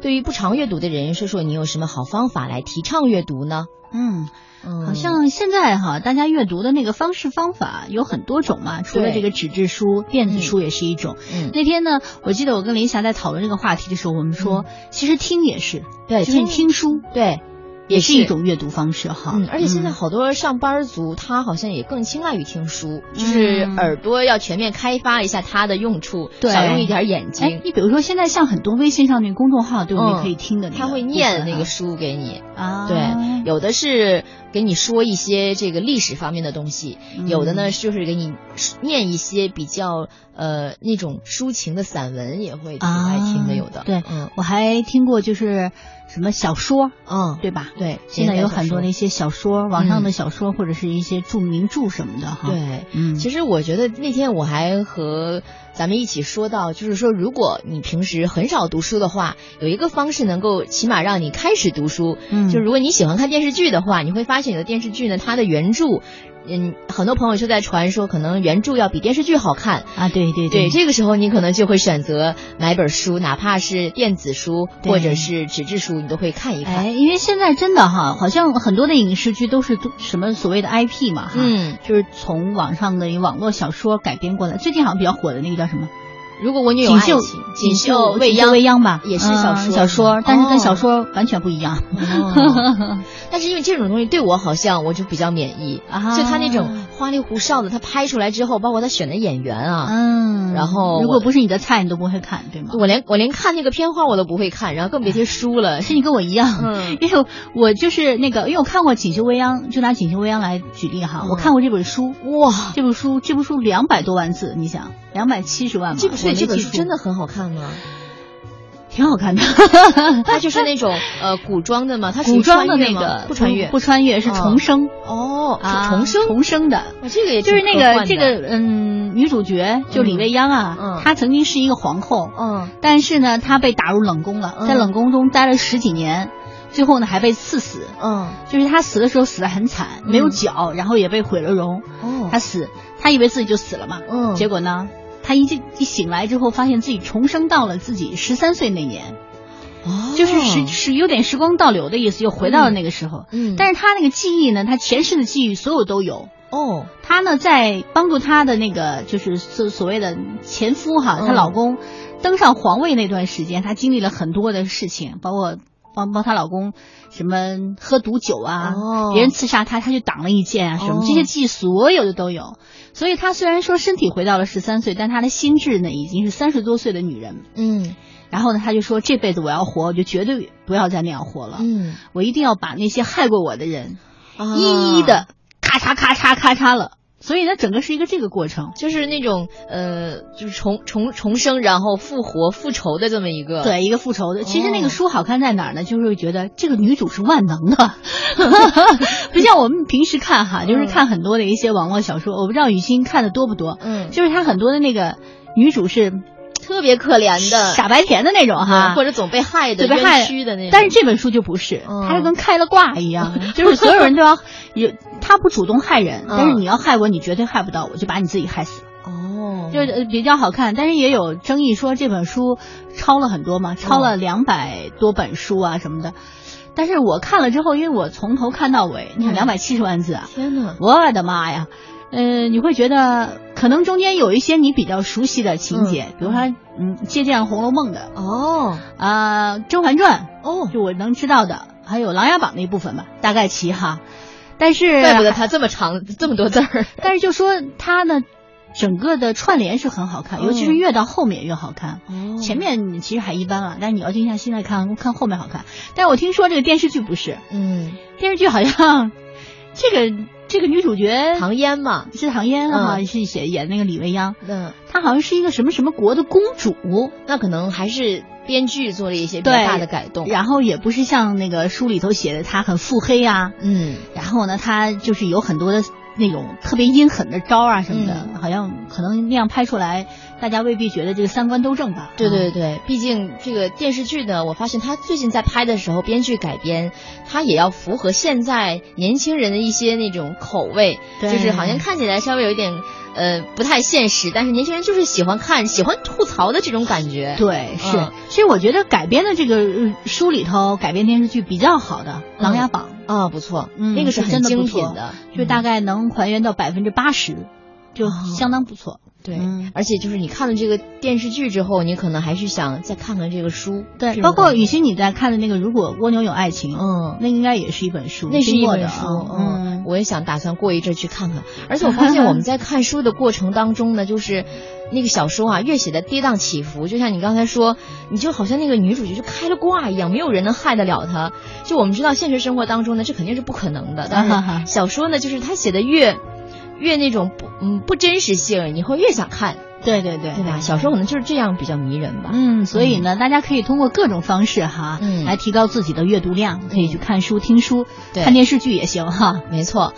对于不常阅读的人，说说你有什么好方法来提倡阅读呢？嗯，嗯，好像现在哈，大家阅读的那个方式方法有很多种嘛，除了对这个纸质书，电子书也是一种。嗯，那天呢，我记得我跟林霞在讨论这个话题的时候，我们说，其实听也是，嗯对，就是你听书对，也是一种阅读方式哈。嗯，而且现在嗯好多上班族，他好像也更青睐于听书，就是嗯耳朵要全面开发一下它的用处，对少用一点眼哎睛，。你比如说现在像很多微信上那个公众号，对我嗯们可以听的那个部他分哈，会念那个书给你，啊，对，有的是给你说一些这个历史方面的东西，嗯有的呢就是给你念一些比较呃那种抒情的散文，也会挺爱听的，啊有的。对嗯我还听过就是什么小说，嗯，对吧？对，哦现在有很多那些。些小说，网上的小说或者是一些著名著什么的哈。，嗯对，嗯，其实我觉得那天我还和咱们一起说到，就是说，如果你平时很少读书的话，有一个方式能够起码让你开始读书。嗯就如果你喜欢看电视剧的话，你会发现有的电视剧呢，它的原著，嗯，很多朋友就在传说，可能原著要比电视剧好看。啊，对对对，这个时候你可能就会选择买本书，哪怕是电子书对或者是纸质书，你都会看一看。哎，因为现在真的哈，好像很多的影视剧都是都什么所谓的 IP 嘛哈，，嗯，就是从网上的一网络小说改编过来。最近好像比较火的那个叫什么？如果我女友锦爱绣情，锦绣未未央，未央吧，也是小说嗯小说，但是跟哦小说完全不一 样。哦 但是因为这种东西对我好像我就比较免疫，啊就他那种花里胡哨的，他拍出来之后，包括他选的演员啊，嗯，然后如我果不是你的菜，你都不会看，对吗？我连我连看那个片花我都不会看，然后更别提书了。是你跟我一样，嗯 因为我我就是那个，因为我看过《锦绣未央》，就拿《锦绣未央》来举例哈，嗯我看过这本书，哇，这本书这本书两百多万字，你想两百七十万吧？ 这本我书没这本记书住真的很好看吗？挺好看的，它就是那种呃古装的嘛，它属于古装的穿越那吗个不穿越不穿越是哦重生哦，啊重生重生的。哇这个也就是挺那科个幻这的个嗯，女主角就李嗯未央啊，嗯她曾经是一个皇后，嗯 但是呢，她被打入冷宫了，在嗯冷宫中待了十几年，最后呢还被赐死，嗯就是她死的时候死的很惨，嗯没有脚，然后也被毁了容，哦她死，她以为自己就死了嘛，嗯结果呢，她一进一醒来之后，发现自己重生到了自己十三岁那年，哦就是时是有点时光倒流的意思，又回到了那个时候。嗯，但是她那个记忆呢，她前世的记忆所有都有。哦她呢，在帮助她的那个就是所所谓的前夫哈，嗯她老公登上皇位那段时间，她经历了很多的事情，包括帮帮她老公什么喝毒酒啊，哦别人刺杀她，她去挡了一剑啊，什么、哦这些记忆所有的都有。所以她虽然说身体回到了十三岁，但她的心智呢已经是三十多岁的女人。嗯然后呢，她就说这辈子我要活，我就绝对不要再那样活了，嗯我一定要把那些害过我的人啊一一的咔嚓咔嚓咔嚓了。所以呢，整个是一个这个过程。就是那种呃，就是重重重生，然后复活复仇的这么一个。，对，一个复仇的。其实那呃哦个书好看在哪儿呢？就是觉得这个女主是万能 的，不像我们平时看哈，就是嗯看很多的一些网络小说。我不知道雨欣看的多不多，嗯，就是她很多的那个女主是特别可怜的， 傻白甜的那种哈，嗯或者总被害的、对被害冤屈的那种。但是这本书就不是，嗯它是跟开了挂一 样，就是所有人都要有，他不主动害人，嗯但是你要害我，你绝对害不到我，就把你自己害死了，哦，就是呃比较好看。但是也有争议说这本书抄了很多嘛，抄了两百多本书啊什么的。但是我看了之后，因为我从头看到尾，你嗯看两百七十万字啊，天哪，我的妈呀！呃，你会觉得可能中间有一些你比较熟悉的情节，嗯比如说，嗯，借鉴《红楼梦》的哦啊，《甄嬛传》哦，就我能知道的，还有《琅琊榜》那部分吧，大概齐哈。但是，怪不得他这么 长这么多字儿。但是就说它呢，整个的串联是很好看，嗯尤其是越到后面越好看。哦前面其实还一般了，但是你要静下心来看，看后面好看。但是我听说这个电视剧不是，嗯，电视剧好像这个这个女主角唐嫣嘛，是唐嫣哈、嗯是写演那个李未央，那她好像是一个什么什么国的公主，那可能还是编剧做了一些比较对大的改动。然后也不是像那个书里头写的她很腹黑啊，嗯，然后呢，他就是嗯有很多的那种特别阴狠的招儿啊什么的，好像可能那样拍出来，大家未必觉得这个三观都正吧？对对对，毕竟这个电视剧呢，我发现他最近在拍的时候，编剧改编，他也要符合现在年轻人的一些那种口味，对就是好像看起来稍微有一点呃不太现实，但是年轻人就是喜欢看、喜欢吐槽的这种感觉。对，是。嗯所以我觉得改编的这个呃书里头改编电视剧比较好的《琅琊榜》啊、不错，嗯那个是是很真的精不品错的，嗯就大概能还原到百分之八十，就哦相当不错。对。嗯而且就是你看了这个电视剧之后，你可能还是想再看看这个书。对，是包括吗雨欣你在看的那个《如果蜗牛有爱情》，嗯，那应该也是一本书，那是嗯经一过本的书，啊嗯嗯，，我也想打算过一阵去看看。而且我发现我们在看书的过程当中呢，就是那个小说啊，越写的跌宕起伏，就像你刚才说，你就好像那个女主角就开了挂一样，没有人能害得了她。就我们知道现实生活当中呢，这肯定是不可能 的，但是小说呢，就是它写的越越那种不嗯不真实性，你会越想看，对对对，对吧？小说可能就是这样比较迷人吧。嗯，所以呢，大家可以通过各种方式哈，嗯来提高自己的阅读量，可以去看书、听书，对看电视剧也行哈。没错，